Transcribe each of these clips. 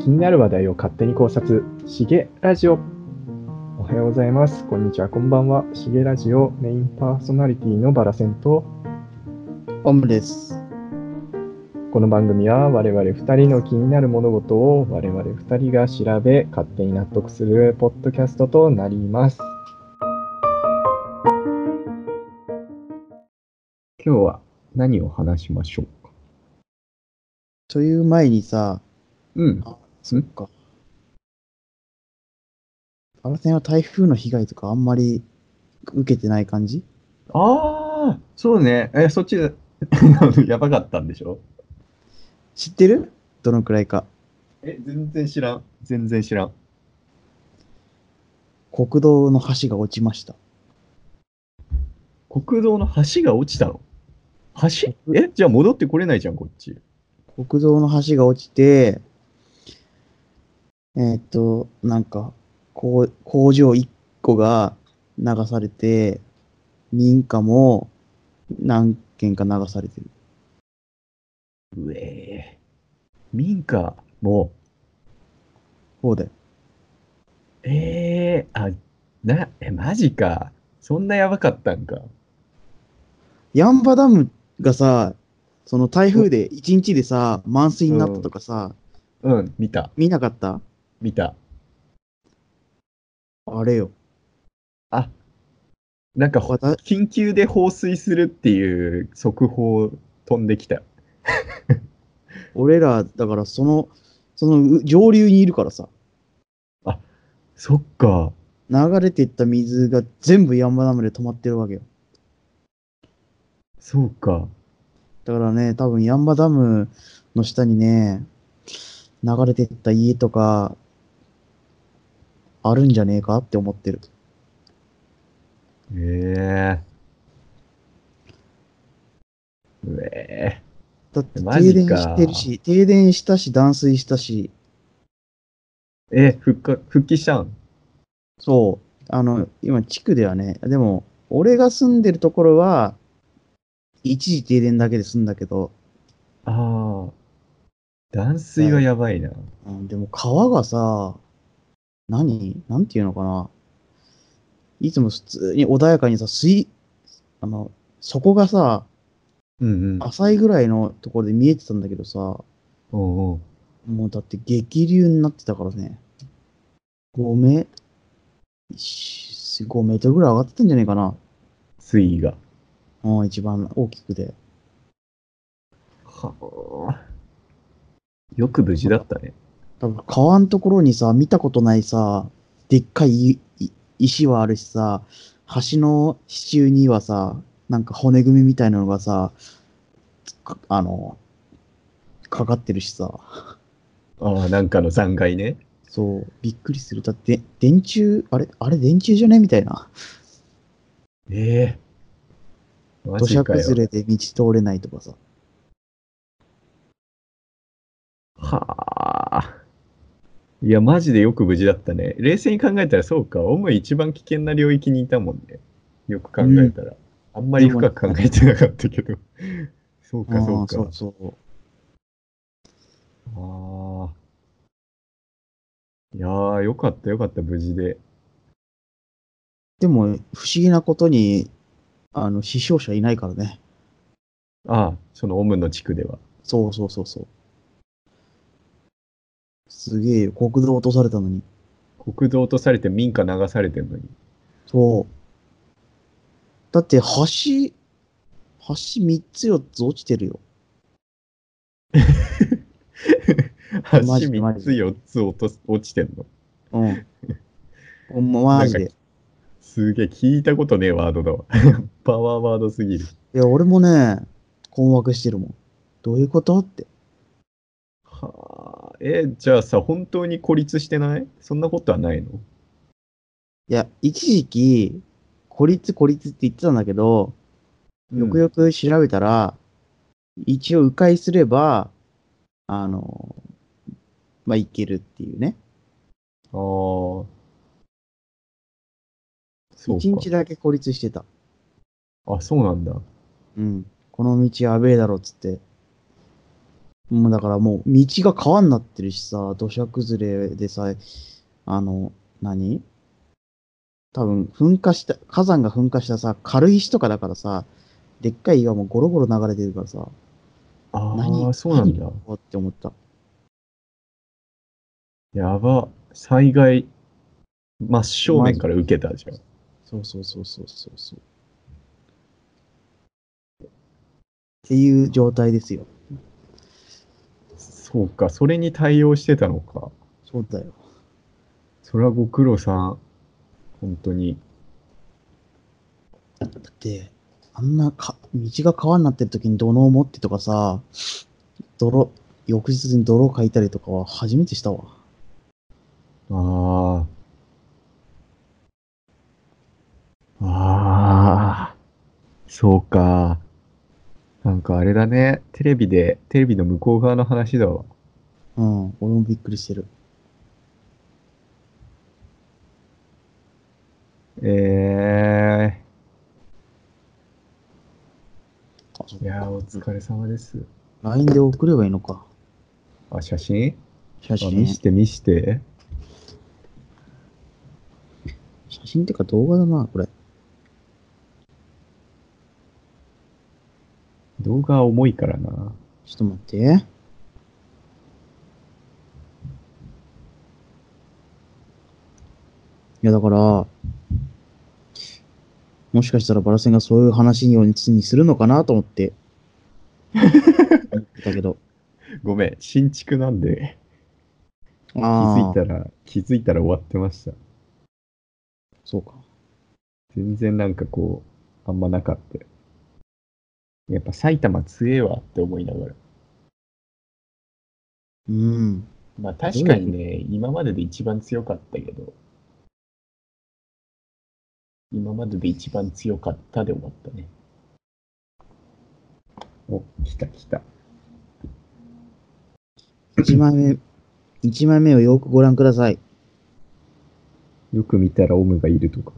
気になる話題を勝手に考察、しげラジオ。おはようございます。こんにちは、こんばんは。しげラジオメインパーソナリティのバラセンと、オムです。この番組は我々2人の気になる物事を我々2人が調べ、勝手に納得するポッドキャストとなります。今日は何を話しましょうかという前にさ、うん。あそっか。パラセンは台風の被害とかあんまり受けてない感じああ、そうね。え、そっち、 やばかったんでしょ知ってるどのくらいか。え、全然知らん。全然知らん。国道の橋が落ちました。国道の橋が落ちたの橋え、じゃあ戻ってこれないじゃん、こっち。国道の橋が落ちて、えーっと、なんか、こう工場1個が流されて、民家も何軒か流されてる。うえー民家も、そうだよ。ええあ、な、え、マジか。そんなやばかったんか。ヤンバダムがさ、その台風で1日でさ、満水になったとかさ、うん、見た、見なかった見た。あれよ。あ、なんかほ、わた緊急で放水するっていう速報飛んできた。俺ら、だからその、そのう上流にいるからさ、そっか。流れてった水が全部ヤンバダムで止まってるわけよ。そうか。だからね、多分ヤンバダムの下にね、流れてった家とか、あるんじゃねえかって思ってる。ええうえだってマ停ジ電かしてるし、停電したし、断水したし、え復活復帰したんそう。あの、今、地区ではね、でも、俺が住んでるところは、一時停電だけで済んだけど、ああ。断水はやばいな。うん、でも川がさ、何なんていうのかな。いつも普通に穏やかにさ、水、あの、底がさ、うんうん。浅いぐらいのところで見えてたんだけどさ、もおうおううだって激流になってたからね。5メ、し5メートルぐらい上がってたんじゃないかな。水位が。うん、一番大きくて。はあ。よく無事だったね。多分川のところにさ、見たことないさ、でっかいいい石はあるしさ、橋の支柱にはさ、なんか骨組みみたいなのがさ、かあの、かかってるしさ、ああ、なんかの残骸ね。そう、びっくりする。だって、電柱、あれ、あれ電柱じゃねみたいな。ええマ土ジ砂かよ。崩れで道通れないとかさ。はあ。いや、マジでよく無事だったね。冷静に考えたらそうか。オム一番危険な領域にいたもんね。よく考えたら。あんまり深く考えてなかったけど。 そうか、そあうーか。そうそう。ああ。いやー、よかった、よかった、無事で。でも、不思議なことに、あの、死傷者いないからね。ああ、そのオムの地区では。そうそうそうそう。すげえよ。国道落とされたのに。国道落とされて民家流されてるのに。そう。だって橋、橋3つ4つ落ちてるよ。橋マジでマ3ジつで4つ落とす落ちてんの。うん。 ほんま、マジなんで。すげえ、聞いたことねえワードだわ。 パワーワードすぎる。いや、俺もね、困惑してるもん。どういうことって。はあ、え、じゃあさ、本当に孤立してないそんなことはないのいや、一時期、孤立孤立って言ってたんだけど、よくよよく調べたら、一応迂回すれば、あの、まあ、いけるっていうね。く。ああ。そう一日か。だけ孤立してた。あ、そうなんだ。うん。この道やべえだろっつって。もうだからもう道が川になってるしさ、土砂崩れでさ、あの、何多分噴火した、火山が噴火したさ、軽石とかだからさ、でっかい岩もゴロゴロ流れてるからさ、あ何あ、そうなんだ何。こうって思った。やば。災害、真正面から受けたじゃん。そうそうそうそうそうそう。っていう状態ですよ。そうか、それに対応してたのか。そうだよ。それはご苦労さん。本当に。だって、あんなか、道が川になってる時に土のうを持ってとかさ、泥、翌日に泥をかいたりとかは初めてしたわ。ああ。ああ。そうか。なんかあれだね。テレビで、テレビの向こう側の話だわ。うん、俺もびっくりしてる。えあ、そっえいやー、かお疲れ様です。 LINE で送ればいいのか。あ、写真写あ真。見して見して。写真ってか動画だな、これ。動画は重いからな。ちょっと待って。いや、だから、もしかしたらバラセンがそういう話ににするのかなと思って。だけど。ごめん、新築なんで、気づあいあ、たら、気づいたら終わってました。そうか。全然なんかこう、あんまなかった。やっぱ埼玉強えわって思いながら。うん。まあ確かにね、今までで一番強かったけど、今までで一番強かったで終わったね。お、来た来た。 1枚目、一枚目をよくご覧ください。よく見たらオムがいるとか。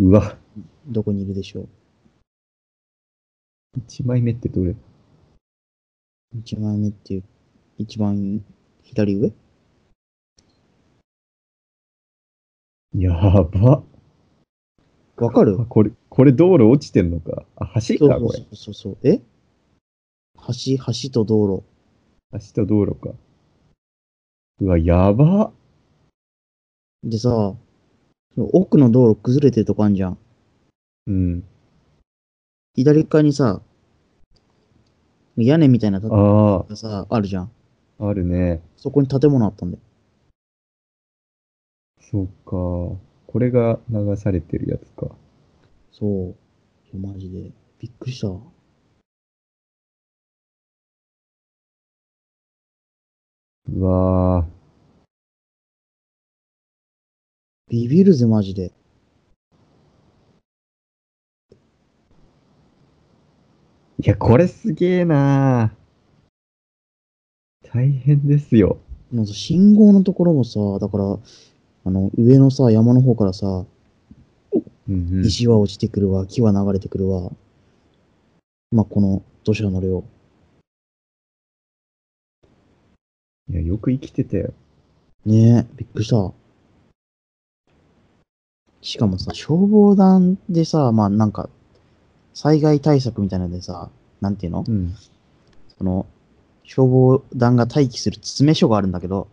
うわ、どこにいるでしょう。 1枚目ってどれ1枚目っていう、一番左上やば。わかるあこれ、これ道路落ちてんのか。あ、そ橋うか、これそ。うそうそう。え橋、橋と道路。橋と道路か。うわ、やば。でさ、その奥の道路崩れてるとこあんじゃん。うん。左側にさ、屋根みたいな建物あがさ、あるじゃん。あ、あるね。そこに建物あったんだよ。そうか。これが流されてるやつか。そう。いやマジで。びっくりした。うわービビるぜ、マジで。いや、これすげえなー大変ですよ。もうさ信号のところもさ、だから、あの、上のさ、山の方からさ、うんうん、石は落ちてくるわ、木は流れてくるわ。まあ、この土砂の量。いや、よく生きてたよ。ねえ、びっくりした。しかもさ、消防団でさ、まあなんか、災害対策みたいなのでさ、なんていうのうん。その、消防団が待機する詰め所があるんだけど、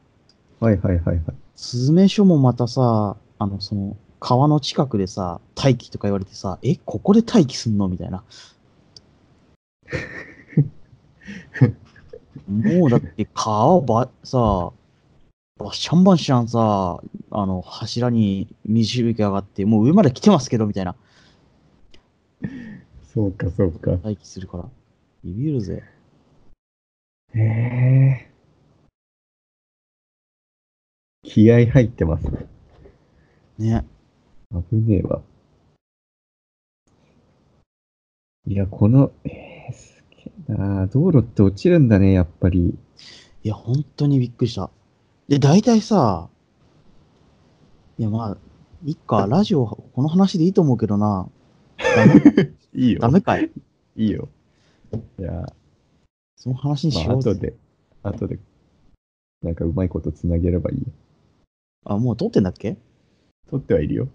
はいはいはいはい。詰め所もまたさ、あの、その、川の近くでさ、待機とか言われてさ、え、ここで待機すんのみたいな。もうだって川ば、さ、バッシャンバンシャンさ、あの、柱に水しぶき上がって、もう上まで来てますけど、みたいな。そうかそうか。待機するから。ビビるぜ。へえ。気合入ってますね。ね。危ねえわ。いや、この、えー、すげえな道路って落ちるんだね、やっぱり。いや、本当にびっくりした。で、大体さ、いや、まあ、いっか、ラジオ、この話でいいと思うけど な。ダメいいよダメかいいいよ。いや、その話にしまよあ、う後ぜ。で、後で、なんかうまいことつなげればいいよ。あ、もう撮ってんだっけ撮ってはいるよ。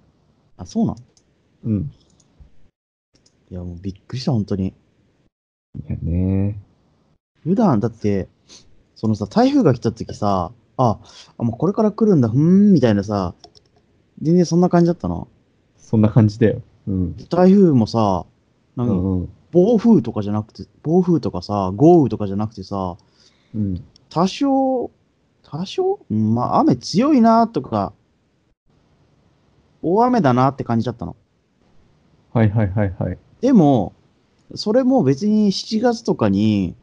あ、そうなんうん。いや、もうびっくりした、本当に。いやね。普段、だって、そのさ、台風が来た時さ、あ、あもうこれから来るんだ、ふーん、みたいなさ、全然そんな感じだったな。そんな感じだよ。うん。台風もさ、なうんか、んうん。暴風とかじゃなくて、暴風とかさ、豪雨とかじゃなくてさ、うん。多少、多少うんまあ、雨強いなとか、大雨だなって感じだったの。はいはいはいはい。でも、それも別に7月とかに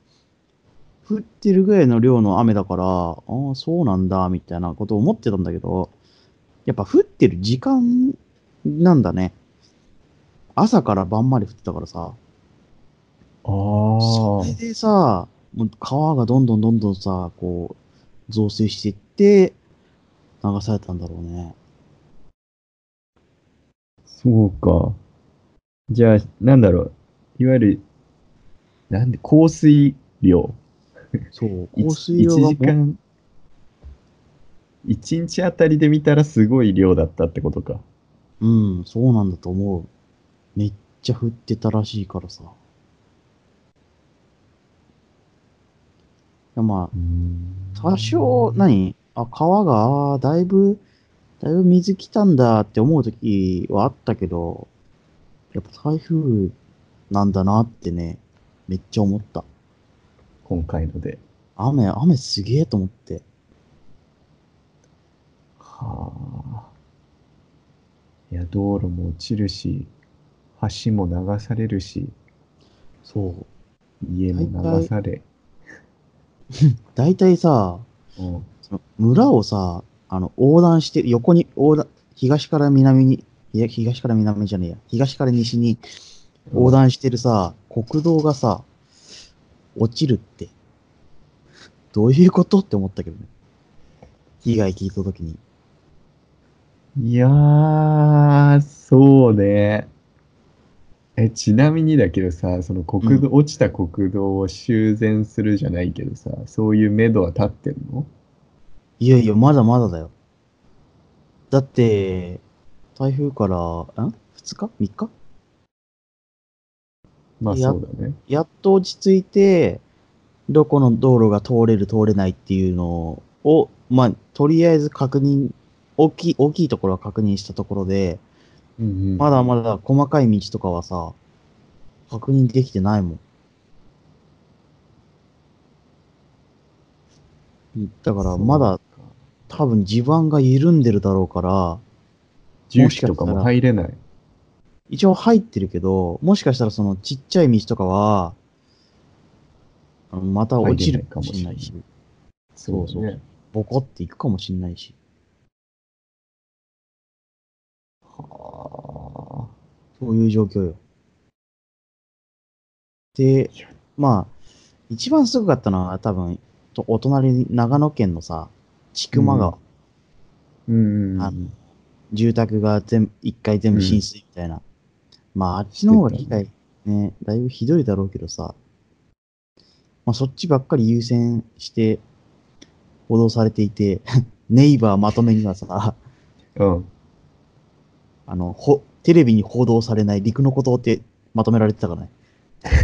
降ってるぐらいの量の雨だから、ああ、そうなんだ、みたいなことを思ってたんだけど、やっぱ降ってる時間なんだね。朝から晩まで降ってたからさ。ああ。それでさ、もう川がどんどんどんどんさ、こう、増水していって、流されたんだろうね。そうか。じゃあ、なんだろう。いわゆる、なんで、降水量。そう、い降水量が1時間。1日あたりで見たらすごい量だったってことか。うん、そうなんだと思う。めっちゃ降ってたらしいからさ。いやまあ、多少、何あ、川が、あーだいぶ、だいぶ水来たんだって思う時はあったけど、やっぱ台風なんだなってね、めっちゃ思った。今回ので。雨、雨すげえと思って。はあ。いや、道路も落ちるし、橋も流されるし、そう。家も流され。大体さ、うんその村をさ、あの、横断して、横に横断、東から南に、いや東から南じゃねえや、東から西に横断してるさ、国道がさ、落ちるって、どういうことって思ったけどね。被害聞いたときに。いやー、そうね。え、ちなみにだけどさ、その国道、落ちた国道を修繕するじゃないけどさ、そういう目処は立ってんのいやいや、まだまだだよ。だって、台風から、ん ?2 日 ?3 日まあいやそうだね。やっと落ち着いて、どこの道路が通れる、通れないっていうのを、まあ、とりあえず確認、大きい、大きいところは確認したところで、うんうん。まだまだ細かい道とかはさ、確認できてないもん。だから、まだ多分地盤が緩んでるだろうから、重機とかも入れない。一応入ってるけど、もしかしたらそのちっちゃい道とかは、あのまた落ちるかもしれないし入れないかもしれな、そうだそうそね。ボコっていくかもしれないし、はそういう状況よ。でいや、まあ、一番すごかったのは多分、とお隣に長野県のさ、千曲川、うんあ。うんうんうあん。住宅が全部一回全部浸水みたいな。まあ、あっちの方が被害、ね、だいぶひどいだろうけどさ、まあ、そっちばっかり優先して、報道されていて、 ネイバーまとめにはさ、うん。あの、ほ、テレビに報道されない陸のことってまとめられてたからね。 確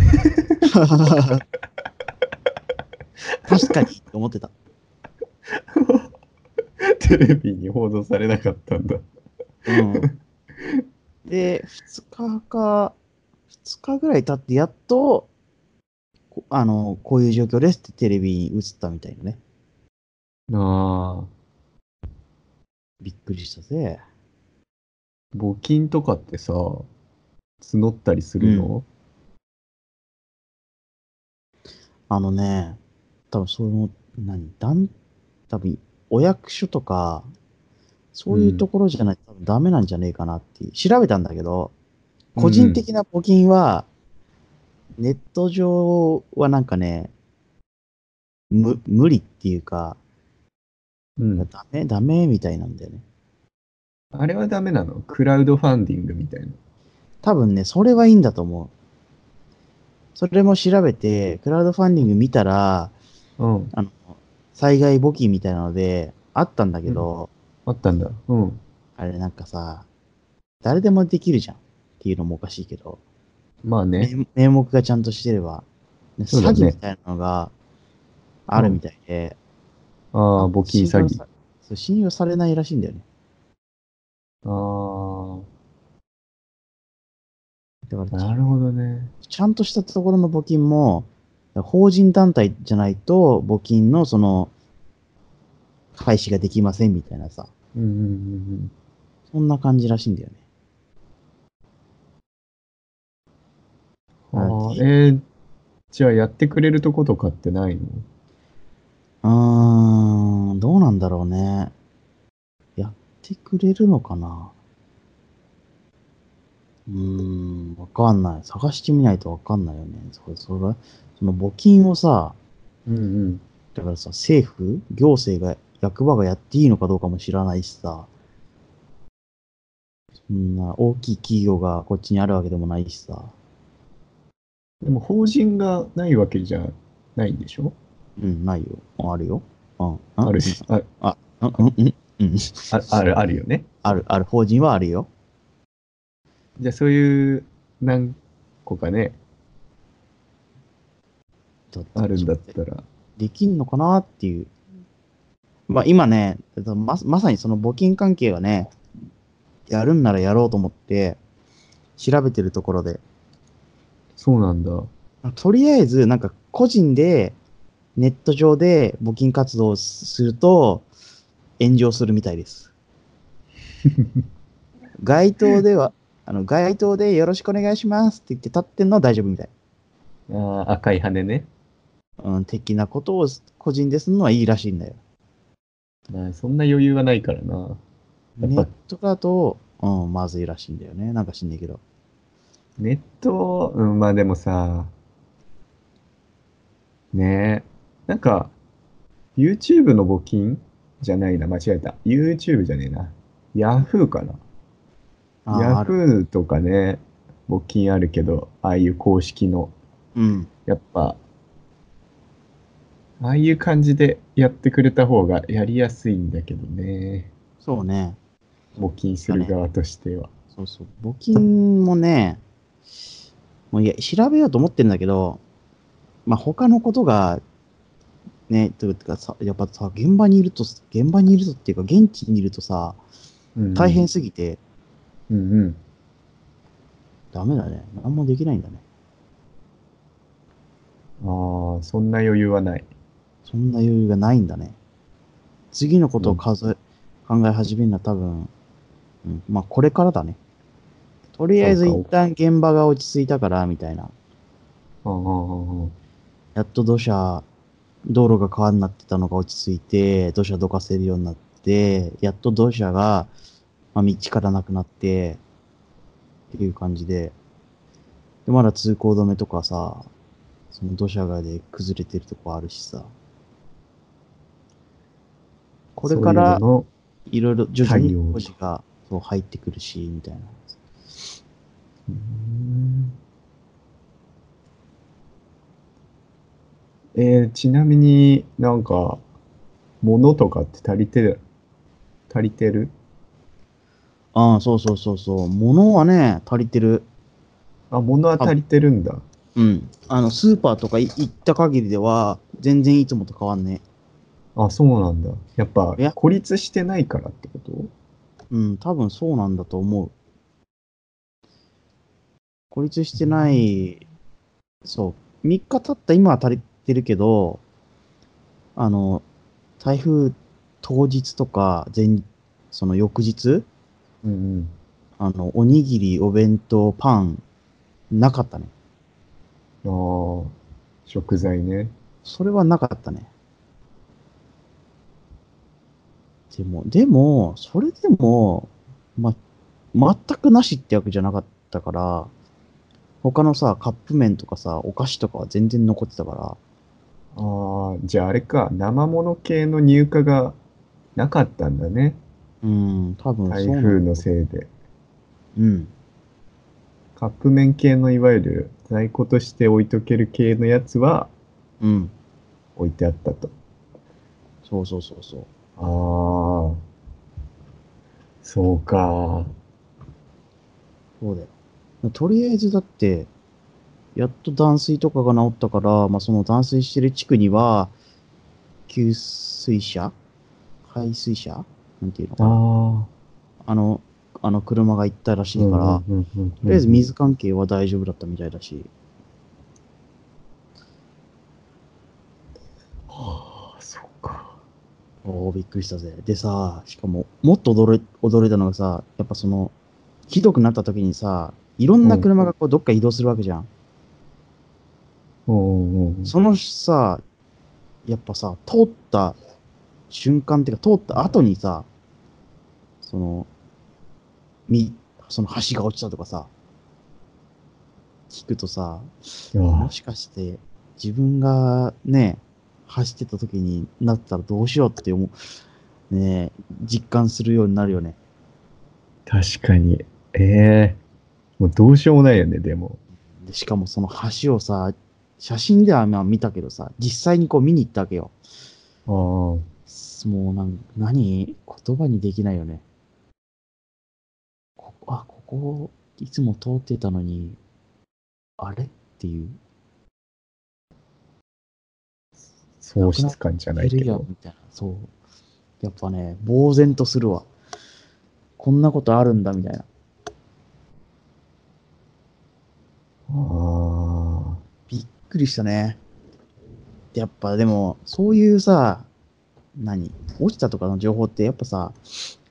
かに、と思ってた。テレビに報道されなかったんだ。うん。で、2日か、2日ぐらい経って、やっと、こあの、こういう状況ですってテレビに映ったみたいなね。ああ。びっくりしたぜ。募金とかってさ、募ったりするの、うあのね、多分その、何、団、多分お役所とか、そういうところじゃないと、多分ダメなんじゃねえかなっていう。調べたんだけど、個人的な募金は、ネット上はなんかね、む、無理っていうか、うん、ダメ、ダメみたいなんだよね。あれはダメなのクラウドファンディングみたいな。多分ね、それはいいんだと思う。それも調べて、クラウドファンディング見たら、うん。あの、災害募金みたいなので、あったんだけど、あったんだ。うん。あれなんかさ、誰でもできるじゃんっていうのもおかしいけど、まあね。名名目がちゃんとしてれば、ねそう詐だね欺みたいなのがあるみたいで、ああ、募金詐信用欺。さそう信用されないらしいんだよね。あだかあ、らなるほどね。ちゃんとしたところの募金も、法人団体じゃないと、募金のその、開始ができませんみたいなさ、うんうんうんそんな感じらしいんだよね。うん。あああ、えーじゃあやってくれるとことかってないのうーん、どうなんだろうね。やってくれるのかなうーん、わかんない。探してみないとわかんないよね。それ、それが、その募金をさ、うんうん。だからさ、政府、行政が、役場がやっていいのかどうかも知らないしさ、そんな大きい企業がこっちにあるわけでもないしさ、でも法人がないわけじゃないんでしょうん、ないよ。あるよ。うん、あるし。あうん、うん、うん、うん、あある、あるよね。ある、ある、法人はあるよ。じゃあそういう何個かね、ちょっとあるんだったら。できんのかなっていう。まあ今ね、えっとま、まさにその募金関係はね、やるんならやろうと思って、調べてるところで、そうなんだ。とりあえず、なんか個人で、ネット上で募金活動をすると、炎上するみたいです。街頭では、あの、街頭でよろしくお願いしますって言って立ってんのは大丈夫みたい。ああ、赤い羽ね。うん、的なことを個人でするのはいいらしいんだよ。まあ、そんな余裕はないからな。やっネぱットだと、うん、まずいらしいんだよね。なんか知んねえけど。ネット、うん、まあでもさ、ねえ、なんか、YouTube の募金じゃないな、間違えた。YouTube じゃねえな。Yahoo かな。あーある。 Yahoo とかね、募金あるけど、ああいう公式の、うん。やっぱ、ああいう感じでやってくれた方がやりやすいんだけどね。そうね。募金する側としては。そうそう。募金もね、もういや、調べようと思ってるんだけど、まあ、他のことが、ね、というかさ、やっぱさ、現場にいると、現場にいるとっていうか、現地にいるとさ、うん大変すぎて、うんうん。ダメだね。何もできないんだね。ああ、そんな余裕はない。そんな余裕がないんだね。次のことを数え、考え始めるのは多分、うん、まあこれからだね。とりあえずそう一か旦現場が落ち着いたから、みたいな。ああああああやっと土砂、道路が川になってたのが落ち着いて、土砂どかせるようになって、やっと土砂が、まあ、道からなくなって、っていう感じで、でまだ通行止めとかさ、その土砂がで崩れてるとこあるしさ。これからそういうののいろいろ徐々に対応文字がそう入ってくるし、みたいな。うーんえーちなみになんか物とかって足りてる足りてるああ、そうそうそうそう。物はね、足りてる。あ物は足りてるんだうん。あの、スーパーとかい行った限りでは、全然いつもと変わんねあそうなんだやっぱいや孤立してないからってことうん、多分そうなんだと思う。孤立してない、そう、3日経った今は足りてるけど、あの、台風当日とか、前、その翌日、うんうんあの、おにぎり、お弁当、パン、なかったね。ああ食材ねそれはなかったね。でも、でも、それでも、ま、全くなしってわけじゃなかったから、他のさ、カップ麺とかさ、お菓子とかは全然残ってたから、ああじゃああれか生物系の入荷がなかったんだねうん、多分台そうなんだ風のせいでうん。カップ麺系のいわゆる在庫として置いとける系のやつはうん。置いてあったと。そうそうそうそう。ああ、そうか。そうだよ。とりあえずだって、やっと断水とかが治ったから、まあ、その断水してる地区には、給水車排水車なんていうのあかな。。ああの、あの車が行ったらしいから、うんうんうんうんとりあえず水関係は大丈夫だったみたいだし、はあ、そうか。おお、びっくりしたぜ。でさ、しかも、もっと驚い驚いたのがさ、やっぱその、ひどくなった時にさ、いろんな車がこうどっか移動するわけじゃん。うんうんうん。そのさ、やっぱさ、通った瞬間っていうか、通った後にさ、その、み、その橋が落ちたとかさ、聞くとさ、あもしかして自分がね、走ってた時になったらどうしようって思う、ねえ実感するようになるよね。確かに。ええもうどうしようもないよね、でも。でしかもその橋をさ、写真ではまあ見たけどさ、実際にこう見に行ったわけよ。ああ。もうなん何言葉にできないよね。ここ、あ、ここ、いつも通ってたのに、あれっていう。喪失感じゃないけいやど。みたいな。そう。やっぱね、呆然とするわ。こんなことあるんだ、みたいな。あびっくりしたね。やっぱでも、そういうさ、何落ちたとかの情報ってやっぱさ、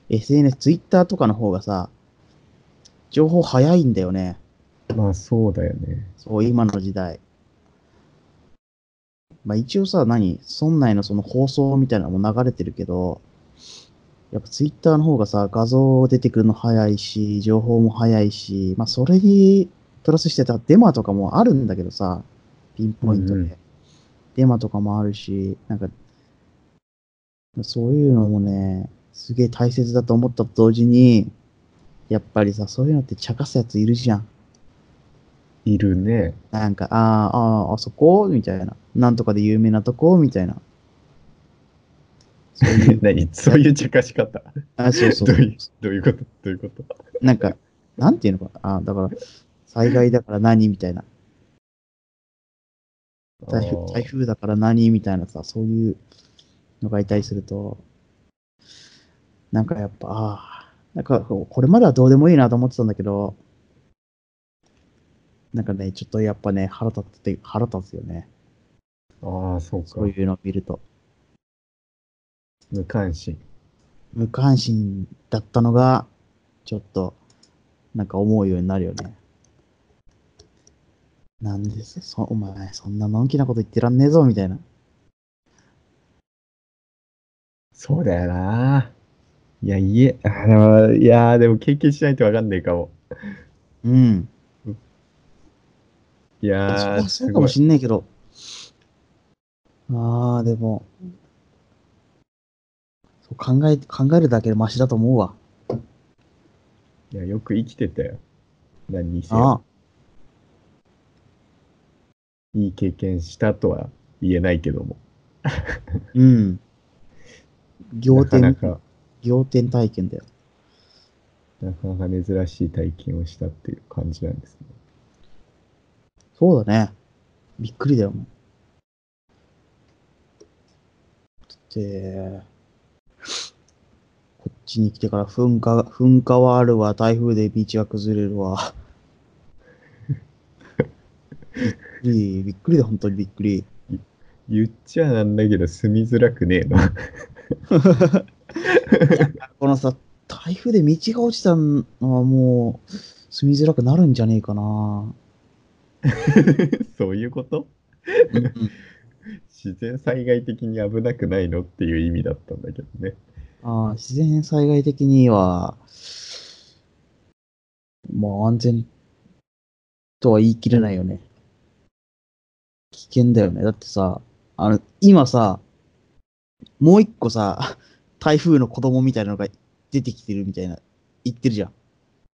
SNS、Twitter とかの方がさ、情報早いんだよね。あ。まあそうだよね。そう、今の時代。まあ一応さ、何村内のその放送みたいなのも流れてるけど、やっぱツイッターの方がさ、画像出てくるの早いし、情報も早いし、まあそれにプラスしてたデマとかもあるんだけどさ、ピンポイントで。うんうんデマとかもあるし、なんか、そういうのもね、すげえ大切だと思ったと同時に、やっぱりさ、そういうのって茶化すやついるじゃん。いるね。 なんか、あーあー、あそこみたいな。なんとかで有名なとこみたいな。そういう、何そういう茶化し方。 あそうそうどういうどういうことどういうことなんか、なんていうのかな。あーだから、災害だから何みたいな。台あ風ー台風だから何みたいなさ、そういうのがいたりすると、なんかやっぱ、ああ、なんかこうこれまではどうでもいいなと思ってたんだけど、なんかね、ちょっとやっぱね、腹立って、腹立つよね。ああ、そうかそう。いうのを見ると。無関心。無関心だったのが、ちょっと、なんか思うようになるよね。なんですそお前、そんなのんきなこと言ってらんねえぞ、みたいな。そうだよな。いや、いえ、あでもいや、でも経験しないとわかんないかも。うん。そいやうー、そすうかごもい。しんないけど。ああ、でも、そう考え、考えるだけでマシだと思うわ。いや、よく生きてたよ。何にせよ。ああ、いい経験したとは言えないけども。うん。仰なか天、なか、仰天体験だよ。なかなか珍しい体験をしたっていう感じなんですね。そうだね。びっくりだよ、もう。だって、こっちに来てから噴火、噴火はあるわ、台風で道が崩れるわ。びっくり、びっくりだ、本当にびっくり。言っちゃなんだけど、住みづらくねえな。このさ、台風で道が落ちたのはもう、住みづらくなるんじゃねえかな。 そういうことうんうん自然災害的に危なくないのっていう意味だったんだけどね。ああ、自然災害的には、まあ安全とは言い切れないよね。危険だよね。だってさ、あの、今さ、もう一個さ、台風の子供みたいなのが出てきてるみたいな、言ってるじゃん。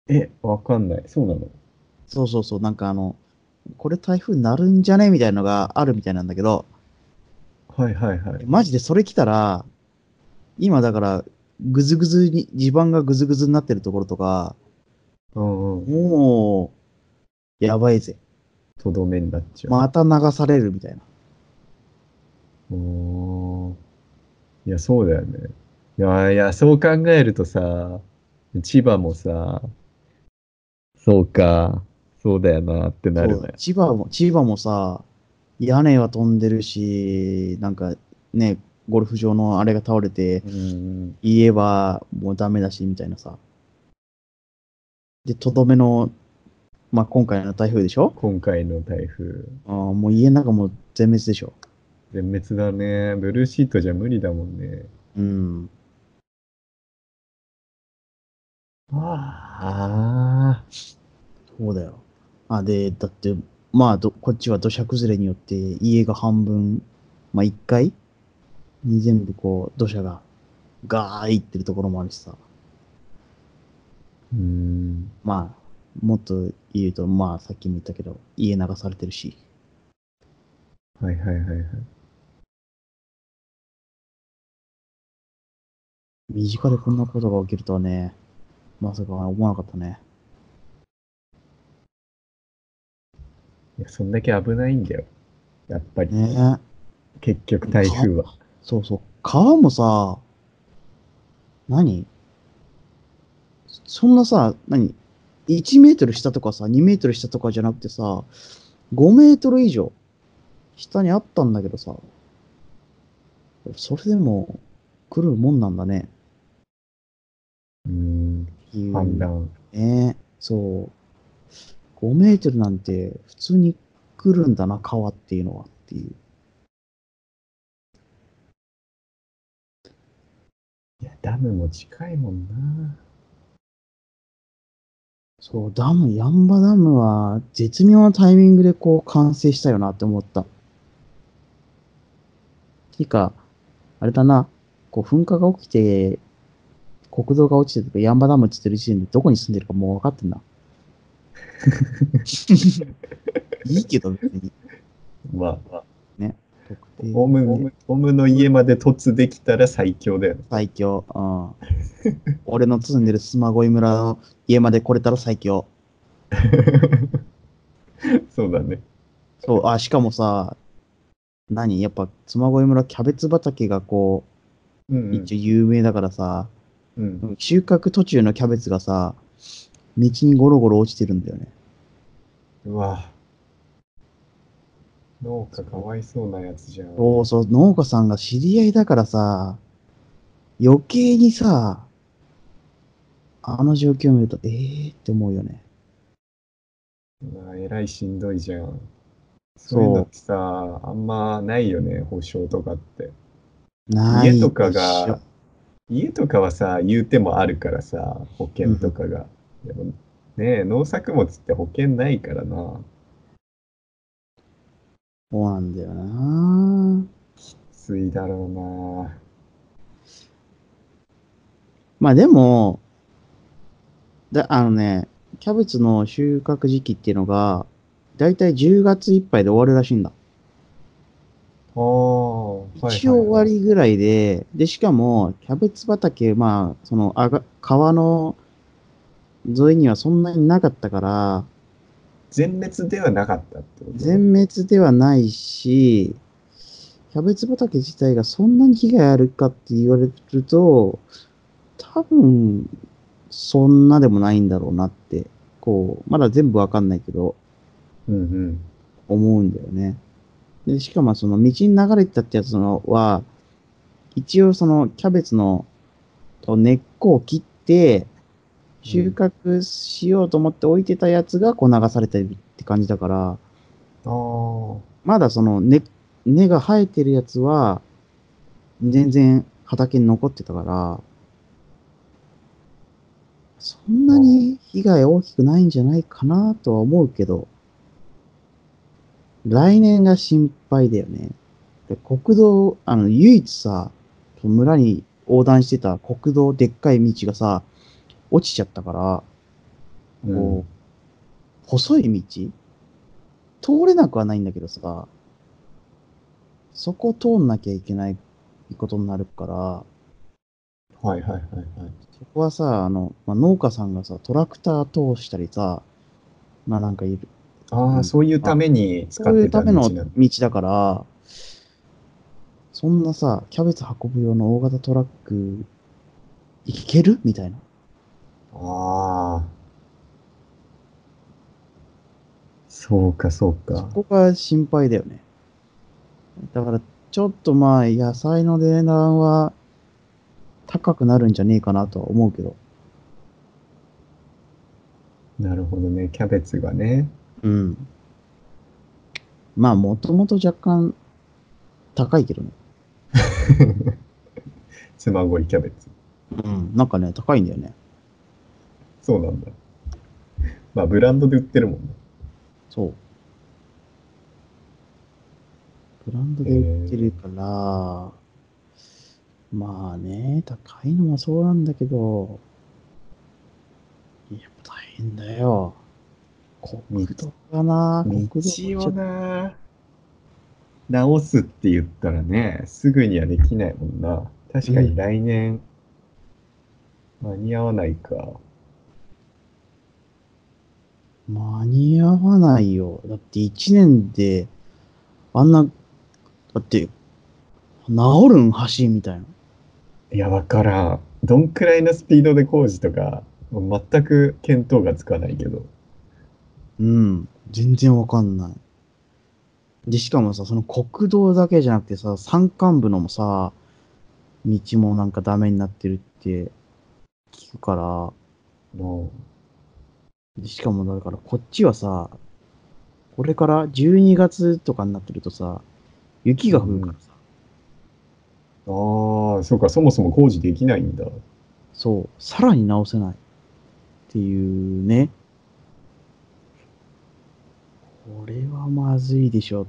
え、わかんない。そうなのそうそうそう、なんかあの、これ台風になるんじゃねみたいなのがあるみたいなんだけど、はいはいはい。マジでそれ来たら、今だから、ぐずぐずに、地盤がぐずぐずになってるところとか、うんうん。もう、やばいぜ。とどめになっちゃう。また流されるみたいな。おーいや、そうだよね。いや、いや、そう考えるとさ、千葉もさ、そうか、そうだよなってなるそねう。千葉も、千葉もさ、屋根は飛んでるし、なんかね、ゴルフ場のあれが倒れて、うん。家はもうダメだし、みたいなさ。で、とどめの、まあ、今回の台風でしょ今回の台風、あーもう家の中もう全滅でしょ。全滅だね。ブルーシートじゃ無理だもんね。うん。ああ。そうだよ。あ、で、だって、まあど、こっちは土砂崩れによって家が半分、まあ1階に全部こう、土砂がガーいってるところもあるしさ。うん。まあ、もっと言うと、まあさっきも言ったけど、家流されてるし。はいはいはいはい。身近でこんなことが起きるとはね、まさか思わなかったね。いや、そんだけ危ないんだよ。やっぱり、ねえ。結局台風は。そうそう。川もさ、何そんなさ、何 ?1 メートル下とかさ、2メートル下とかじゃなくてさ、5メートル以上下にあったんだけどさ、それでも来るもんなんだね。うん。っていう判断。ねそう。5メートルなんて普通に来るんだな、川っていうのはっていう。いや、ダムも近いもんな。そう、ダム、ヤンバダムは絶妙なタイミングでこう完成したよなって思った。てか、あれだな、こう噴火が起きて、国道が落ちてるとか、ヤンバダムって言ってる時点でどこに住んでるかもう分かってんな。いいけど別に。まあ、特定オウムオウムオウムの家まで突できたら最強だよね。最強。うん。俺の住んでるスマゴイ村の家まで来れたら最強。そうだね。そう、あ、しかもさ、何やっぱ、妻恋村、キャベツ畑がこうんう、一応有名だからさ、うん。収穫途中のキャベツがさ、道にゴロゴロ落ちてるんだよね。うわ農家かわいそうなやつじゃん。そうそう、農家さんが知り合いだからさ、余計にさ、あの状況を見ると、えーって思うよね。うわえらいしんどいじゃん。そういうのってさ、あんまないよね、保証とかって。ないで家しょとかが、家とかはさ、言うてもあるからさ、保険とかが。でもねえ農作物って保険ないからな。そうなんだよなきついだろうな。まあでも、だあのね、キャベツの収穫時期っていうのが、だいたい10月いっぱいで終わるらしいんだ。ああ、はいはいはい一応終わ。りぐらいで、で、しかも、キャベツ畑、まあ、その、あが、川の沿いにはそんなになかったから、全滅ではなかったってこと全滅ではないし、キャベツ畑自体がそんなに被害あるかって言われると、多分、そんなでもないんだろうなって、こう、まだ全部わかんないけど、うんうん。思うんだよね。で、しかもその道に流れてたってやつのは、一応そのキャベツのと根っこを切って、収穫しようと思って置いてたやつがこう流されてるって感じだから、あまだその根根が生えてるやつは、全然畑に残ってたから、そんなに被害大きくないんじゃないかなとは思うけど、来年が心配だよね。で国道、あの、唯一さ、村に横断してた国道でっかい道がさ、落ちちゃったから、あ。こう細い道通れなくはないんだけどさ、そこ通んなきゃいけないことになるから、はいはいはいはい。そこはさ、あの、まあ、農家さんがさ、トラクター通したりさ、まあなんかいる、ああ、そういうために使そうっいてうたた道なめんだの道だから、そんなさ、キャベツ運ぶ用の大型トラック、いけるみたいな。ああ。そうか、そうか。そこが心配だよね。だから、ちょっとまあ、野菜の値段は高くなるんじゃねえかなとは思うけど。なるほどね。キャベツがね。うん。まあ、もともと若干高いけどね。妻恋キャベツ。うん。なんかね、高いんだよね。そうなんだ。まあ、ブランドで売ってるもんね。そう。ブランドで売ってるから、まあね、高いのもそうなんだけど、やっぱ大変だよ。国道かな、道国道ちょをな、直すって言ったらね、すぐにはできないもんな。確かうにん来年、間に合わないか。間に合わないよ。だって1年で、あんな、だって、治るん橋みたいな。いや、わからん。どんくらいのスピードで工事とか、もう全く見当がつかないけど。うん。全然わかんない。で、しかもさ、その国道だけじゃなくてさ、山間部のもさ、道もなんかダメになってるって聞くかのら、でしかもだからこっちはさ、これから12月とかになってるとさ、雪が降るからさ、ああ、そうか、そもそも工事できないんだ。そう、さらに直せないっていうね。これはまずいでしょっ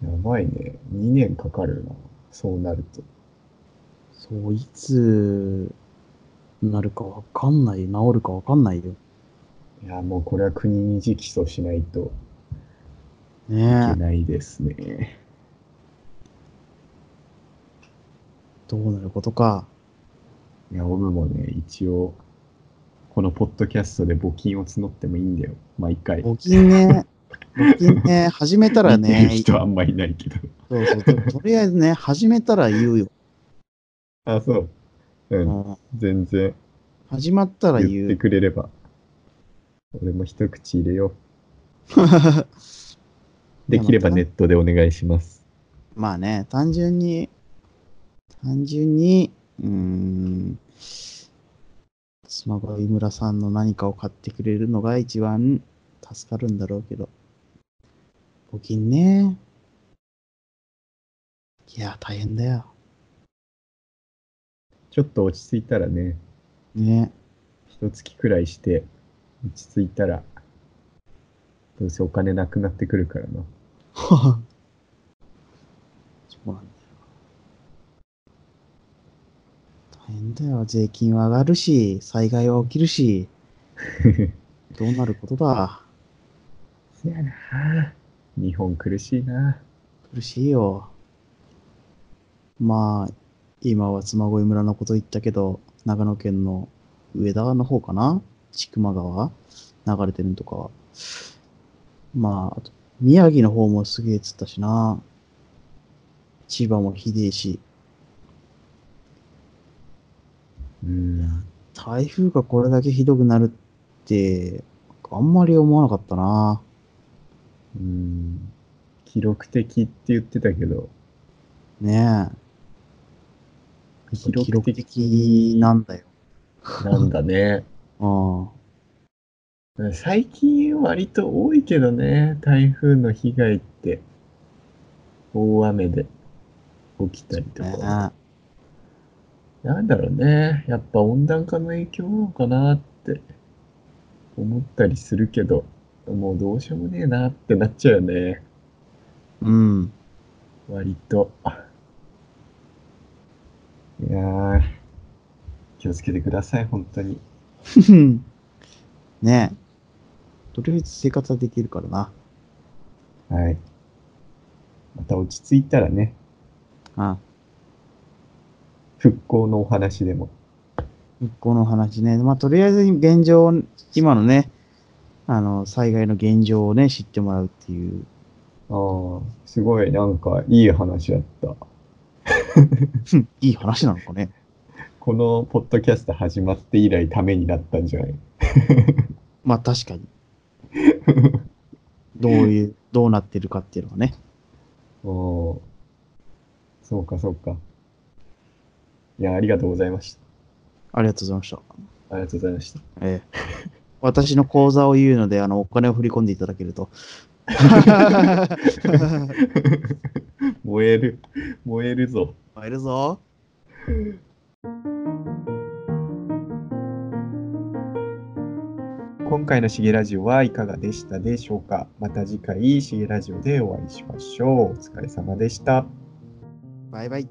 ていう。やばいね。2年かかるな。そうなると。そう、いつなるかわかんない、治るかわかんないよ。いや、もうこれは国に直訴しないといねけえ、ないですね。どうなることか。いや、オブもね、一応、このポッドキャストで募金を募ってもいいんだよ。毎回。募金ね、募金ね、始めたら見 てるね、人はあんまいないけど。そうそう、ととりあえずね、始めたら言うよ。あ、そう。う、うんん、全然始まったら言っ言てう。くれれば。俺も一口入れよう。できればネットでお願いします。まあね、単純に、単純に、うーん、妻が井村さんの何かを買ってくれるのが一番助かるんだろうけど。募金ね。いや、大変だよ。ちょっと落ち着いたらね、ね。 一月くらいして、落ち着いたら、どうせお金なくなってくるからな。そうなんだよ。大変だよ。税金は上がるし、災害は起きるし、どうなることだ。そやな。日本苦しいな。苦しいよ。まあ、今は妻恋村のこと言ったけど、長野県の上田の方かな千曲川流れてるのとかは。まあ、あと宮城の方もすげえっつったしな。千葉もひでえし。うん。台風がこれだけひどくなるって、あんまり思わなかったな。うん。記録的って言ってたけど、ねえ。記記録録的的なんだよ。なんだね。うん。最近割と多いけどね、台風の被害って。大雨で起きたりとねか。なんだろうね。やっぱ温暖化の影響なのかなって思ったりするけど、もうどうしようもねえなってなっちゃうよね。うん。割と。いやー、気をつけてください、本当に。ねえ。とりあえず生活はできるからな。はい。また落ち着いたらね、あ復興のお話でも。復興の話ね。まあ、とりあえず現状、今のね、あの、災害の現状をね、知ってもらうっていう。ああ、すごい、なんかいい話だった。ふんいい話なのかね。このポッドキャスト始まって以来ためになったんじゃないまあ、確かに。どういう、どうなってるかっていうのはね。おおー。そうか、そうか。いや、ありがとうございました。ありがとうございました。ありがとうございました。ええ。私の口座を言うので、あの、お金を振り込んでいただけると。燃える。 燃えるぞ。参るぞ。今回のしげラジオはいかがでしたでしょうかまた次回しげラジオでお会いしましょう。お疲れ様でした。バイバイ。